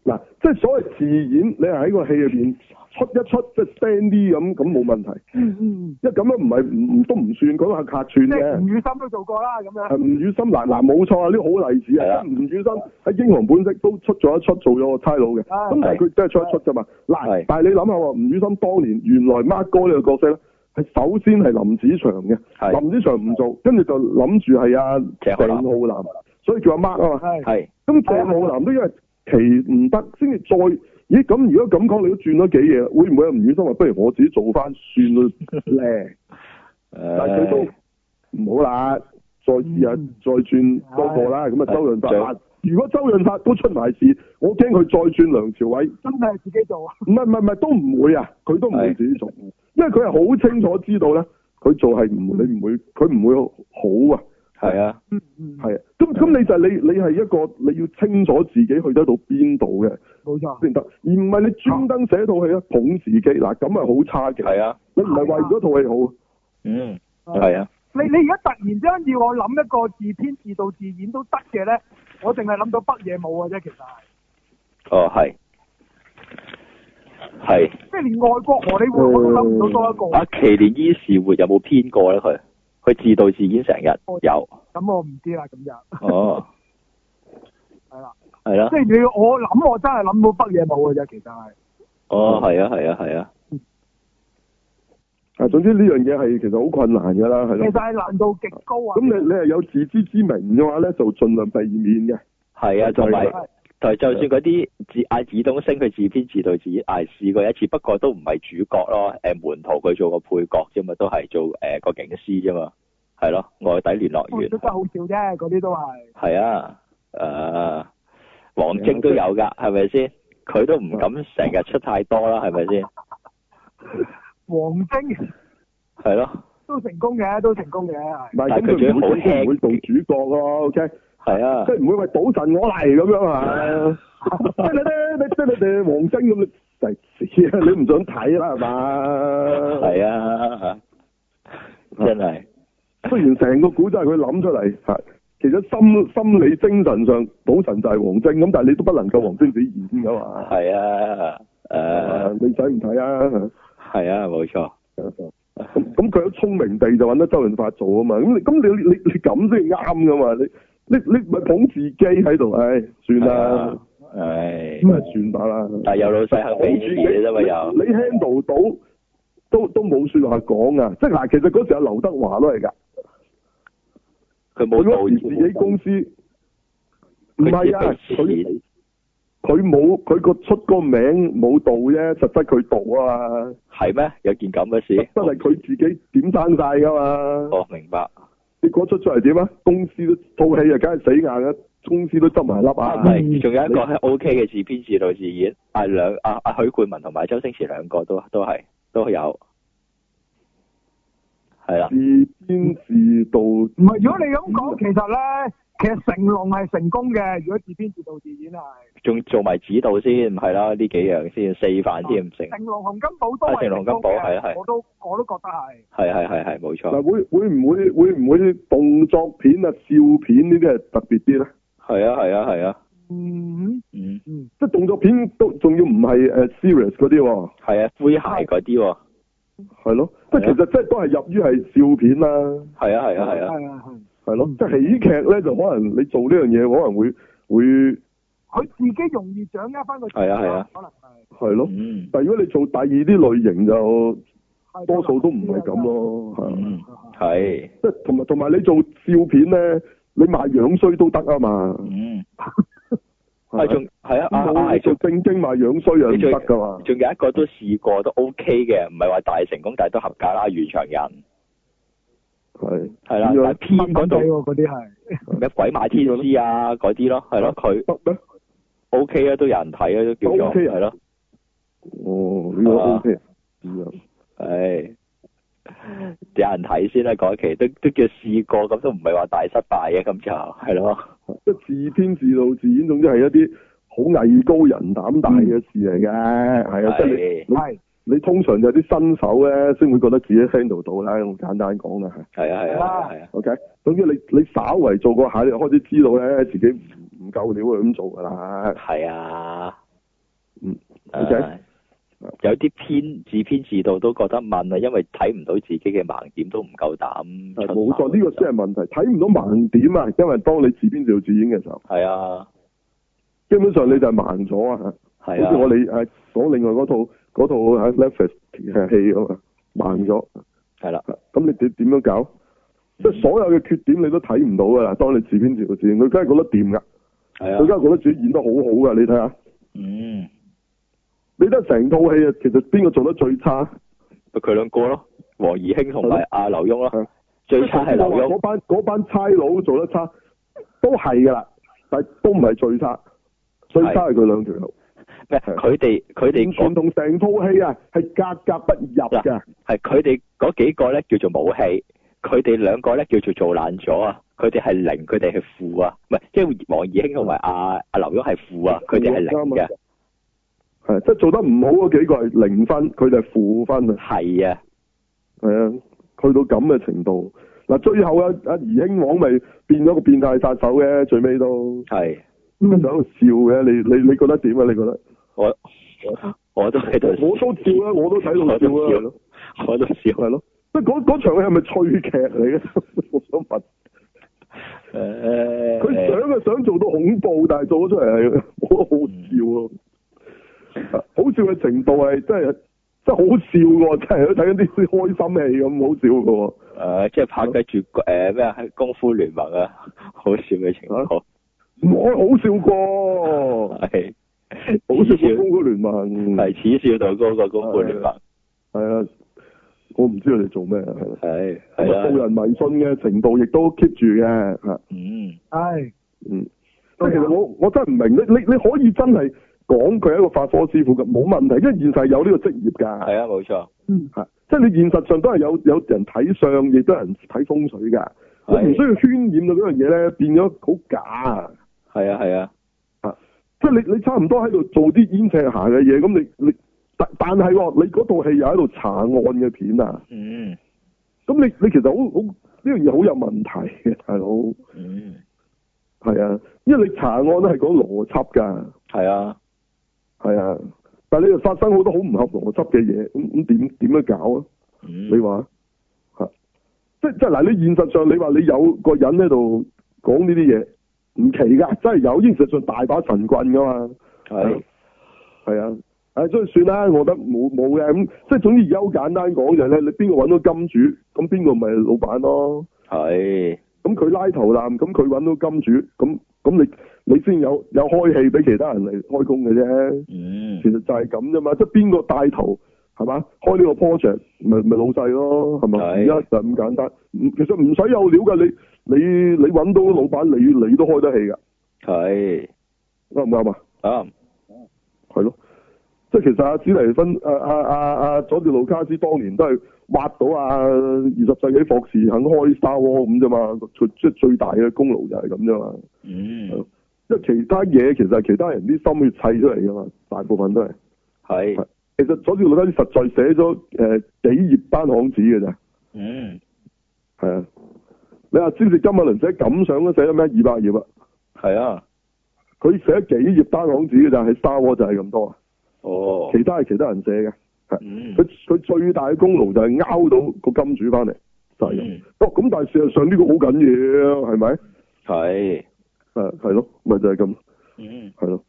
A: 嗱，即係所謂自演，你係喺個戲入邊出一出即係 stand 啲咁，咁冇問題。
C: 嗯嗯，
A: 因為咁樣唔係唔唔都唔算嗰個係客串
C: 即係
A: 嘅
C: 吳。宇森都做過啦，咁樣
A: 呃係。吳宇森嗱嗱冇錯啊，呢個好例子
B: 係
A: 啊！
B: 啦
A: 吳宇森喺《英雄本色》都出咗一出做咗個差佬嘅，
C: 係
A: 咁但係佢真係出一出啫嘛。嗱
B: 係，
A: 但係你諗下喎，吳宇森當年原來 Mark 哥呢個角色咧，係首先係林子祥嘅，
B: 係
A: 林子祥唔做，跟住就諗住係阿
B: 鄭浩南
A: 鄭浩南，所以叫阿 Mark 啊嘛。
C: 係
B: 係
A: 咁鄭浩南都因為其唔得，先至再咦咁如果咁講，你都轉咗幾嘢，會唔會阿吳宇森話不如我自己做翻算 咧？
B: 呃
A: 但係佢
B: 誒，
A: 都唔好啦，再試下
C: 嗯
A: 再轉多個啦。咁啊，
B: 係
A: 周潤發
B: 仲有
A: 嗱，如果周潤發都出埋事，我驚佢再轉梁朝偉，
C: 真係自己做啊。
A: 唔係唔係唔係都唔會啊，佢都唔會
B: 係
A: 自己做，因為佢係好清楚知道咧，佢做係唔
C: 嗯
A: 你唔會，佢唔會好啊，
B: 係啊，
C: 嗯嗯，
A: 係啊。咁咁你就係你你係一個你要清楚自己去得到邊度
B: 啊
A: 嘅
C: 冇錯。
A: 先得，而唔係你專登寫套戲咧捧自己嗱，咁係好差嘅。
B: 係啊，
A: 你唔係為咗套戲好，
B: 嗯，
C: 係
B: 係啊，
C: 你你而家突然之間要我諗一個自編自導自演都得嘅咧，我淨係諗到北野武嘅啫，其實係。
B: 哦係，係。
C: 即係連外國荷里活我都諗唔到多一
B: 阿
C: 個，
B: 奇連伊士活有冇編過咧？佢佢自導自演成日有，
C: 咁我唔知啦，咁就
B: 哦，
C: 係啦。
B: 係啦
C: 即，係你要我諗，我真係諗到北野武嘅啫，其實係。
B: 哦，係啊，係啊，係啊，
A: 啊總之呢樣嘢係其實好困難㗎啦，係
C: 其
A: 咯
C: 實。係難度極高啊。
A: 咁你你係有自知之明嘅話咧，就盡量避免嘅。
B: 係啊，同埋
A: 係
C: 係
B: 同埋就算嗰啲自阿爾東升佢自編自導自演，係試過一次，不過都唔係主角咯，誒門徒佢做個配角啫嘛，都係做誒個警司啫嘛，係咯，外底聯絡員
C: 出，得好少啫，嗰哦啲都係。
B: 係啊，誒王晶都有㗎，係咪先？佢都唔敢成日出太多啦，係咪先？
C: 王晶
B: 係咯，
C: 都成功嘅，都成功嘅係
A: 唔。係
B: 但
A: 咁
B: 係佢
A: 佢唔
B: 最好
A: 會佢唔會做主角咯，OK？
B: 係啊
A: 即。係唔會為賭神我嚟咁樣 啊！即係你咧，你即係你哋王晶咁，你就屎啊！你唔想睇啦係嘛？
B: 系啊，真係
A: 雖然成個古仔係佢諗出嚟，係其實心心理精神上賭神就係王晶咁，但係你都不能夠王晶自己演噶嘛。
B: 係啊，
A: 啊
B: 诶，
A: 你使唔睇啊？
B: 係啊，冇錯，
A: 咁咁佢好聰明地就揾得周潤發做啊嘛，咁你咁你你你咁先啱噶嘛，你你你咪捧自己喺度，唉，算啦，
B: 啊唉，
A: 咁啊算吧啦。
B: 但係有老細肯俾
A: 捧自己
B: 錢啫嘛，又
A: 你你 handle 到都都冇说話講啊，即係嗱，其實嗰時阿劉德華都係㗎，
B: 佢冇
A: 佢
B: 導
A: 嗰時自己
B: 演，
A: 公司唔係啊，
B: 佢只俾
A: 佢
B: 錢，
A: 佢冇佢個出個名冇導啫，實質佢導啊嘛，
B: 係咩？有件咁嘅
A: 實
B: 事？
A: 質係佢自己點生晒㗎嘛。
B: 哦，明白，
A: 結果出出嚟點啊？公司都套戲啊，梗係死硬啦，公司都執埋粒啊。
B: 係，仲有一個係 O K 嘅自編自導自演，阿兩阿阿許冠文同埋周星馳兩個都都係都有，係啦
A: 自，編自導，
C: 唔係，如果你咁講，其實咧，其實成龍係成功嘅。如果自編自導自演係，
B: 仲做埋指導先，係啦，呢幾樣先，四飯先唔成，
C: 成龍洪金寶都
B: 啊成
C: 係
B: 龍洪
C: 成
B: 金
C: 功
B: 寶係啊係
C: 嘅。我都我都覺得係。
B: 係係係係冇錯
A: 嗱，會會唔會啊會唔會動作片啊、笑片呢啲係特別啲咧？
B: 係啊係啊係啊。
C: 嗯，
B: 嗯，
C: 嗯，
A: 即係動作片都仲要唔係誒 serious 嗰啲喎，
B: 係啊，灰鞋嗰啲喎，
A: 係咯，即係其實即係都係入於係笑片啦。
B: 係啊係啊係啊，
C: 係啊係。
A: 係咯
C: 嗯，
A: 即係喜劇咧就可能你做呢樣嘢可能會會
C: 佢自己容易掌握翻個
B: 係啊係啊，
C: 可能係
A: 係咯，
B: 嗯
A: 但係如果你做第二啲類型就
C: 係
A: 多數都唔係咁。咯，係啊
B: 嗯，係，
A: 即係同埋同埋你做笑片咧，你賣樣衰都得啊嘛，
B: 嗯，
A: 係
B: 啊
A: 咪
B: 仲係啊啊
A: 咁
B: 啊
A: 冇你
B: 係
A: 做正
B: 仲
A: 經賣樣衰又唔得噶嘛，
B: 仲有一個都試過都 OK 嘅，唔係話大成功，但係都合格啦，原場人
A: 係
B: 係啦，
A: 咁樣
B: 但係偏嗰度
C: 嗰啲係。
B: 咩鬼馬天師啊嗰啲咯，係咯，佢
A: 得咩？
B: OK 啊，都有人睇啊，都叫做
A: OK 啊
B: 係咯，
A: 哦，呢個
B: 啊
A: O K，咁樣
B: 唉，有人睇先啦，嗰期都都叫試過，咁都唔係話大失敗嘅，咁就係咯，
A: 即係自編自導自演，總之係一啲好藝高人膽大嘅事嚟嘅，係啊，即係你
B: 係
C: 係
A: 你通常就係啲新手咧，先會覺得自己 handle 到啦。咁簡單講啦，係
B: 係啊係啊係啊，
A: OK。總之你你稍為做過下，你就開始知道咧自己唔唔夠料去咁做㗎啦。
B: 係啊，
A: 嗯
B: 唉
A: OK
B: 有啲偏自編自導都覺得問啊，因為睇唔到自己嘅盲點，都唔夠膽出
A: 係呃冇錯，
B: 頭
A: 呢個先係問題。睇唔到盲點啊，因為當你自編自導自演嘅時候，
B: 係啊
A: 基本上你就係盲咗啊。好
B: 係
A: 似我
B: 啊，
A: 哋誒講另外嗰套嗰套喺 Netflix 嘅戲咁啊，盲咗。
B: 係啦，
A: 咁你點點樣搞？即係所有嘅缺點你都睇唔到㗎啦。當你自編自導自演，佢梗係覺得掂㗎。佢
B: 係
A: 梗
B: 啊，
A: 係覺得自己演得好好㗎，你睇下，
B: 嗯，
A: 你睇下成套戲啊，其實邊個做得最差？
B: 咪佢兩個咯，黃怡興同埋阿劉
A: 係
B: 墉咯，最差係劉
A: 嗰
B: 墉，
A: 班嗰班差佬做得差，都係㗎啦，但係都唔係最差，最差係佢兩條友。
B: 咩？佢哋佢哋
A: 完全同成套戲啊係格格不入㗎，
B: 係佢哋嗰幾個咧叫做武器，佢哋兩個咧叫做做爛咗啊！佢哋係零，佢哋係負啊，唔係即係黃怡興同埋阿阿劉墉係負啊，佢哋係零嘅，
A: 係即係做得唔好嗰幾個係零分，佢哋係負分啊，
B: 係啊，
A: 係啊，去到咁嘅程度。嗱，最後啊，阿怡興王咪變咗個變態殺手嘅，最尾都
B: 係
A: 跟住喺度笑嘅，你你你覺得點啊？你覺得？
B: 我我都喺度，
A: 我都笑啦，我都睇到
B: 我
A: 笑啊
B: 都
A: 啦，係咯，
B: 笑，我都笑，
A: 係咯。即係嗰嗰場戲係咪趣劇嚟嘅？ 我想問，
B: 誒
A: 佢想啊想做到恐怖，但係做咗出嚟係 好好笑啊！好笑嘅程度係真係真係好笑喎，真係睇緊啲開心戲咁好笑嘅喎。
B: 誒，即係拍得住誒咩啊？功夫聯盟啊， 好笑嘅情況，
A: 我好笑過，
B: 係
A: 好笑過《
B: 恥
A: 功夫聯盟》
B: 笑，係恥笑到嗰個功夫聯盟，
A: 係啊，我唔知佢哋做咩，啊係啦
B: 係係
A: 咁啊導
B: 啦，
A: 人迷信嘅程度亦都 keep 住嘅，嚇。
B: 嗯
C: 係
A: 嗯，即係其實我我真係唔明，你你你可以真係講佢係一個法科師傅嘅，冇問題，因為現實係有呢個職業㗎，
B: 係啊，冇錯，
C: 嗯
A: 係即係你現實上都係有有人睇相，亦都有人睇風水㗎，你唔需要渲染到嗰樣嘢咧，變咗好假啊！
B: 係啊係啊。
A: 即係你你差唔多喺度做啲煙赤霞嘅嘢，咁你你但但係喎，你嗰套戲又喺度查案嘅片啊，
B: 嗯
A: 咁你你其實好好呢樣嘢好有問題嘅，大佬
B: 嗯，
A: 係啊，因為你查案咧係講邏輯㗎。
B: 系啊，
A: 係啊，但係你又發生好多好唔合邏輯嘅嘢，咁咁點點樣搞啊？
B: 嗯
A: 你話嚇，即即係嗱，你現實上你話你有個人喺度講呢啲嘢，唔奇㗎， 真係有，現實上大把神棍㗎嘛，
B: 系
A: 係啊。誒，所以算啦，我覺得冇冇嘅咁，即係總之而家好簡單講就係咧，你邊個揾到金主，咁邊個咪老闆咯。
B: 系
A: 咁佢拉頭纜，咁佢揾到金主，咁咁你你先有有開戲俾其他人嚟開工嘅啫。
B: 嗯
A: 其實就係咁啫嘛，即係邊個帶頭係嘛？開呢個 project 咪咪老細咯，係咪？而
B: 係
A: 家就咁簡單，唔其實唔使有料㗎，你你你揾到老闆，你你都開得起㗎，
B: 系
A: 啱唔啱啊？
B: 啱
A: 係咯，即係其實阿史提芬阿阿阿阿佐治盧卡斯當年都係挖到啊二十世紀霍士肯開 Star War 咁啫嘛，最即係最大嘅功勞就係咁啫嘛。
B: 嗯
A: 因為其他嘢其實係其他人啲心血砌出嚟㗎嘛，大部分都係。
B: 系
A: 其實佐治魯丹實在寫咗誒幾頁單行紙嘅咋，
B: 嗯
A: 係啊。你話詹士金馬倫寫感想都寫咗咩二百頁啊？
B: 系啊
A: 佢寫幾頁單行紙嘅就係 Star War 就係咁多，啊
B: 哦，
A: 其他係其他人寫嘅。
B: 嗯，
A: 佢佢最大嘅功勞就係拗到個金主翻嚟，就係、咁。
B: 嗯
A: 哦，咁但係事實上呢個好緊要，係咪？
B: 係，
A: 誒係咯，咪就係咁，
B: 嗯，
A: 係咯。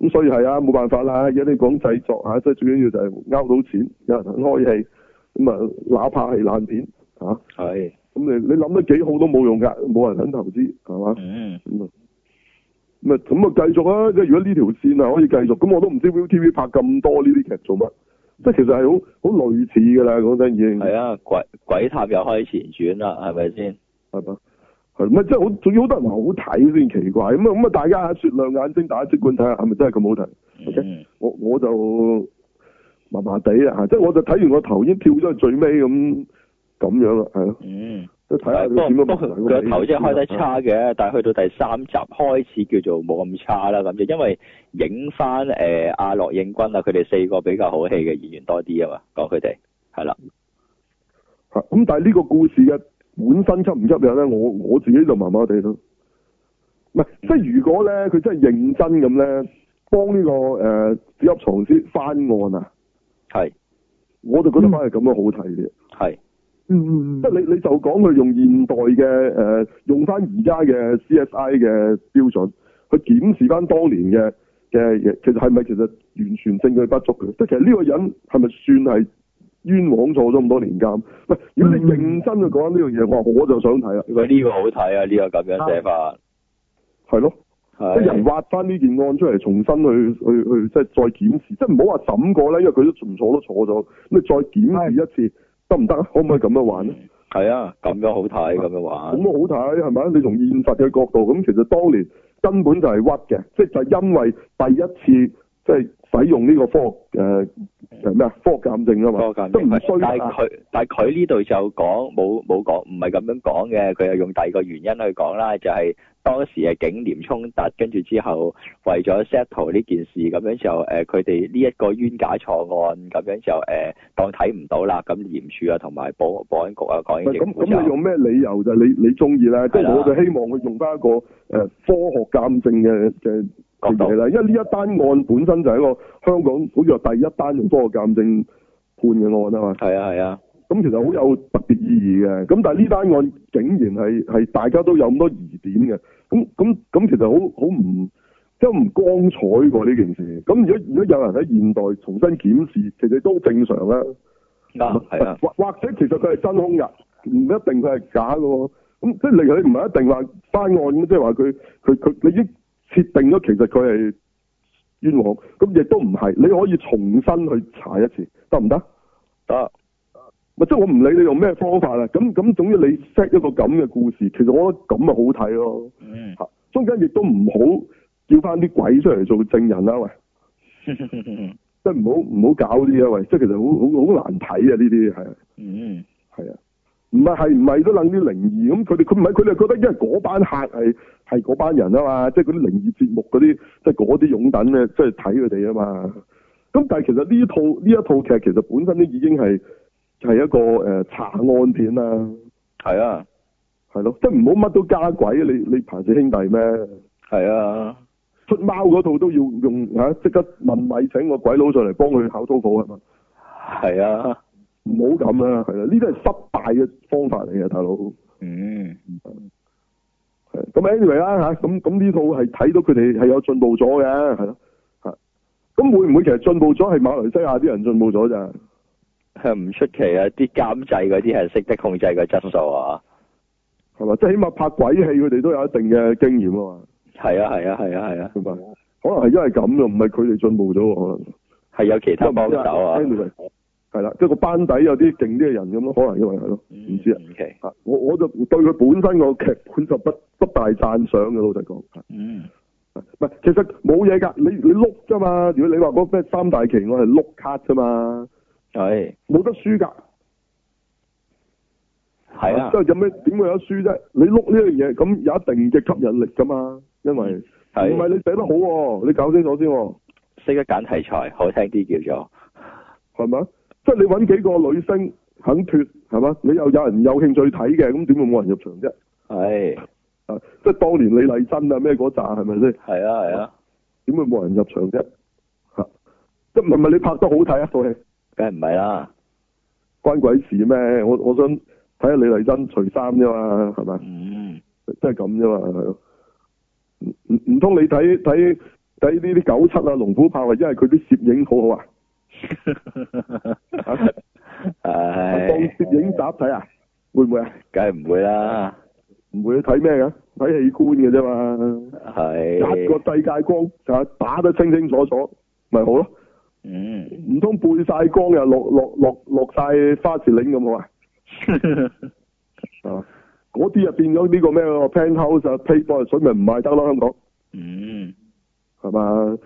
A: 咁所以係啊，冇辦法啦。而家你講製作嚇，即係最緊要就係拗到錢，有人肯開戲，咁啊，哪怕係爛片啊嚇，咁、
B: 係，
A: 你你諗得幾好都冇用㗎，冇人肯投資係嘛？
B: 嗯，
A: 咁啊，咁啊，咁啊，繼續啊！即係如果呢條線啊係可以繼續，咁我都唔知 ViuTV 拍咁多呢啲劇做乜，即係其實係好好類似㗎啦，講真已經
B: 係啊，鬼鬼探又開前傳啦，係咪先？
A: 係嘛？係啊咪即係好？仲要好多人話好睇先奇怪咁啊！咁啊，大家雪亮眼睛，大家即管睇下係咪真係咁好睇？OK
B: 嗯，
A: 我我就麻麻地啦嚇，即係我就睇完個頭已經跳咗去最尾咁咁樣啦，啊係咯，
B: 嗯，
A: 即係睇下佢
B: 不過
A: 點樣
B: 不過
A: 拍
B: 佢個頭真係開得差嘅，但係去到第三集開始叫做冇咁差啦，咁就因為影翻誒阿樂應軍啊，佢哋四個比較好戲嘅演員多啲啊嘛，講佢哋係啦，
A: 嚇啊咁但係呢個故事嘅本身吸唔吸引咧，我我自己就麻麻地咯。唔係，即係如果咧，佢真係認真咁咧，幫呢、個誒紙盒藏屍翻案啊，
B: 係
A: 我就覺得反而咁樣好睇啲。
B: 係
C: 嗯嗯
A: 即係你你就講佢用現代嘅誒、呃用翻而家嘅 CSI 嘅標準去檢視翻當年嘅嘅嘢，其實係咪其實完全證據不足嘅？即係其實呢個人係咪算係冤枉坐咗咁多年監？喂，如果你
C: 嗯
A: 認真去講呢樣嘢，我話我就想睇啦，
B: 喂，呢個好睇啊！呢、個咁樣寫法，
A: 係咯，即係人
B: 係
A: 挖翻呢件案出嚟，重新去去去即係再檢視，即係唔好話審過啦，因為佢都唔坐都坐咗，咁你再檢視一次得唔得啊？可唔可以咁樣玩咧？
B: 係啊，咁樣好睇，咁樣玩
A: 咁，都好睇係咪？你從現實嘅角度，咁其實當年根本就係屈嘅，即係就係因為第一次即係使用呢個科學誒誒咩啊科學鑑證啊嘛，
B: 嗰個咁
A: 都唔
B: 樣
A: 衰
B: 但係
A: 啊，
B: 佢但係佢呢度就講冇冇講，唔係咁樣講嘅，佢又用第二個原因去講啦，就係、當時嘅警廉衝突，跟住之後為咗 settle 呢件事，咁樣就誒佢哋呢一個冤假錯案，咁樣就誒、呃、當睇唔到啦，咁廉署啊同埋保保安局啊講
A: 唔
B: 嘢
A: 係
B: 政
A: 哦咁
B: 府
A: 咁，你
B: 就
A: 用咩理由就你你中意啦？即係
B: 係啦
A: 我就希望佢用翻一個誒科學鑑證嘅嘅
B: 角
A: 嘅嘢
B: 度
A: 啦，因為呢一單案本身就係一個香港好似話第一單用科學鑑證判嘅案啊嘛。
B: 係啊係啊，
A: 咁其實好有特別意義嘅。咁但係呢單案竟然係係大家都有咁多疑點嘅，咁咁咁其實好好唔即係唔光彩喎呢件事。咁如果如果有人喺現代重新檢視，其實都正常啦。
B: 啱係啊，
A: 或或者其實佢係真兇㗎，唔一定佢係假嘅喎。咁即係你佢唔係一定話翻案咁，即係話佢佢佢你已經設定咗其實佢係冤枉，咁亦都唔係。你可以重新去查一次，得唔得？
B: 得
A: 咪即係我唔理你用咩方法啦，咁咁總之你 set 一個咁嘅故事，其實我覺得咁咪好睇咯。
B: 嗯，
A: 嚇中間亦都唔好叫翻啲鬼出嚟做證人啦，喂，
B: 嗯
A: 即係唔好唔好搞啲啊，喂，即係其實好好好難睇啊呢啲係
B: 嗯
A: 係啊，唔係係唔係都撚啲靈異咁，佢哋佢唔係佢哋覺得，因為嗰班客係係嗰班人啊嘛，即係嗰啲靈異節目嗰啲，即係嗰啲擁躉咧，即係睇佢哋啊嘛。咁但係其實呢套呢一套劇其實本身都已經係係一個誒、呃查案片啦。
B: 係啊
A: 係咯，即係唔好乜都加鬼，你你彭氏兄弟咩？
B: 係啊，
A: 出貓嗰套都要用嚇，即、刻問米請個鬼佬上嚟幫佢考刀斧係啊嘛？
B: 係啊，
A: 唔好咁啦，係啦，呢啲係失敗嘅方法嚟嘅，大佬。
B: 嗯
A: 係咁 anyway 啦嚇，咁咁呢套係睇到佢哋係有進步咗嘅，係咯嚇。咁會唔會其實進步咗係馬來西亞啲人進步咗咋？
B: 係唔出奇啊！啲監製嗰啲係識得控制個質素啊！
A: 係嘛？即係起碼拍鬼戲佢哋都有一定嘅經驗啊嘛，
B: 係啊，係啊，係啊，係啊，
A: 明白？可能係因為咁啊咯，唔係佢哋進步咗喎，可能。
B: 係有其他幫手啊！
A: Anyway，係啦，即係個班底有啲勁啲嘅人咁咯，可能因為係咯，唔知啊。
B: 嗯唔奇，
A: 啊我我就對佢本身個劇本就不不大讚賞嘅，老實講。
B: 嗯，
A: 啊唔係，其實冇嘢㗎，你你碌啫嘛。如果你話嗰咩三大奇案係碌卡啫嘛，
B: 係
A: 冇得輸㗎。
B: 係啊
A: 即，係有咩點會有得輸啫？你碌呢樣嘢咁有一定嘅吸引力㗎嘛，因為唔係
B: 係
A: 你寫得好喎，你搞清楚先喎，
B: 識得揀題材，好聽啲叫做
A: 係咪？即係你揾幾個女星肯脱係嘛？你又有人有興趣睇嘅，咁點會冇人入場啫？
B: 係
A: 啊，即係當年李麗珍啊咩嗰扎係咪先？
B: 系啊系啊，
A: 點會冇人入場啫？嚇、即係唔係咪你拍得好睇啊套戲？
B: 梗系唔係啦，
A: 關鬼事咩？我我想睇下李麗珍除衫啫嘛，係咪？
B: 嗯，
A: 即係咁啫嘛，係咯。唔唔唔通你睇睇睇呢啲九七啊、龍虎豹啊，因為佢啲攝影好好啊，當
B: 唉，
A: 攝影集睇啊？會唔會啊？
B: 梗係唔會啦，
A: 唔會睇咩㗎？睇器官嘅啫嘛，一
B: 係，
A: 個世界光就打得清清楚楚，咪好咯。
B: 嗯，
A: 唔通背晒光又落落落落晒花士嶺咁好啊？啊，嗰啲就變咗呢個咩喎 penthouse 啊 payboy 水咪唔賣得咯？香港
B: 嗯，
A: 係嘛？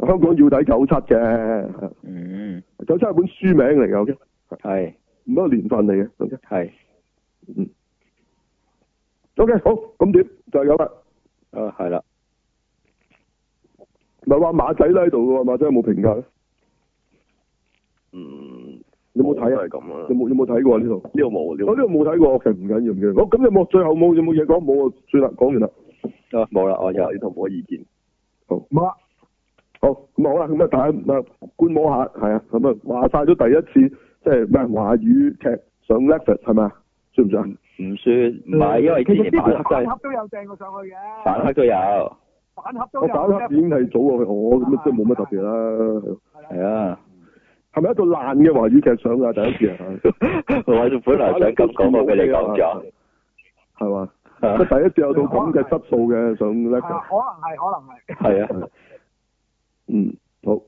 A: 香港要睇九七嘅，
B: 嗯，
A: 九七係本書名嚟嘅，OK，
B: 係
A: 唔係一個年份嚟嘅，OK，
B: 係，
A: 嗯，OK，好，咁點就係咁啦。
B: 啊係啦，
A: 唔係話馬仔咧喺度喎，馬仔有冇評價咧？
D: 嗯，
A: 有冇睇
D: 都係
A: 啊？
D: 咁啦
A: 有。冇有冇睇過啊呢度？
D: 呢度冇，呢
A: 我
D: 度
A: 呢度冇睇過，其實唔緊要唔緊要。好，咁有冇最後冇有冇嘢講？冇啊，算啦，講完啦。
B: 啊冇啦，我
D: 冇
B: 就
D: 呢度冇意見。
C: 冇啦，
A: 好，咁啊好啦，咁啊大家啊觀摩下，係啊，咁啊話晒咗第一次，即係咩華語劇上 Netflix 係咪啊？算唔算啊？
B: 唔算，唔係因為
C: 呃其
B: 之前
C: 實呢
B: 反黑
C: 個反
B: 都
C: 盒都有掟過上去嘅，
B: 反黑都有，
C: 啊反盒都
A: 我
C: 有
A: 反黑已經係早過佢我，咁啊即係冇乜特別啦。係咯
B: 係啊，
A: 係咪一套爛嘅華語劇上㗎？第一次啊，
B: 我本來想咁講，我俾你講咗，
A: 係嘛？
B: 啊
A: 即 係第一次有套咁嘅質素嘅上
C: 係啊
A: Netflix，
C: 可能係，可能係。
B: 係啊，
A: 嗯，好，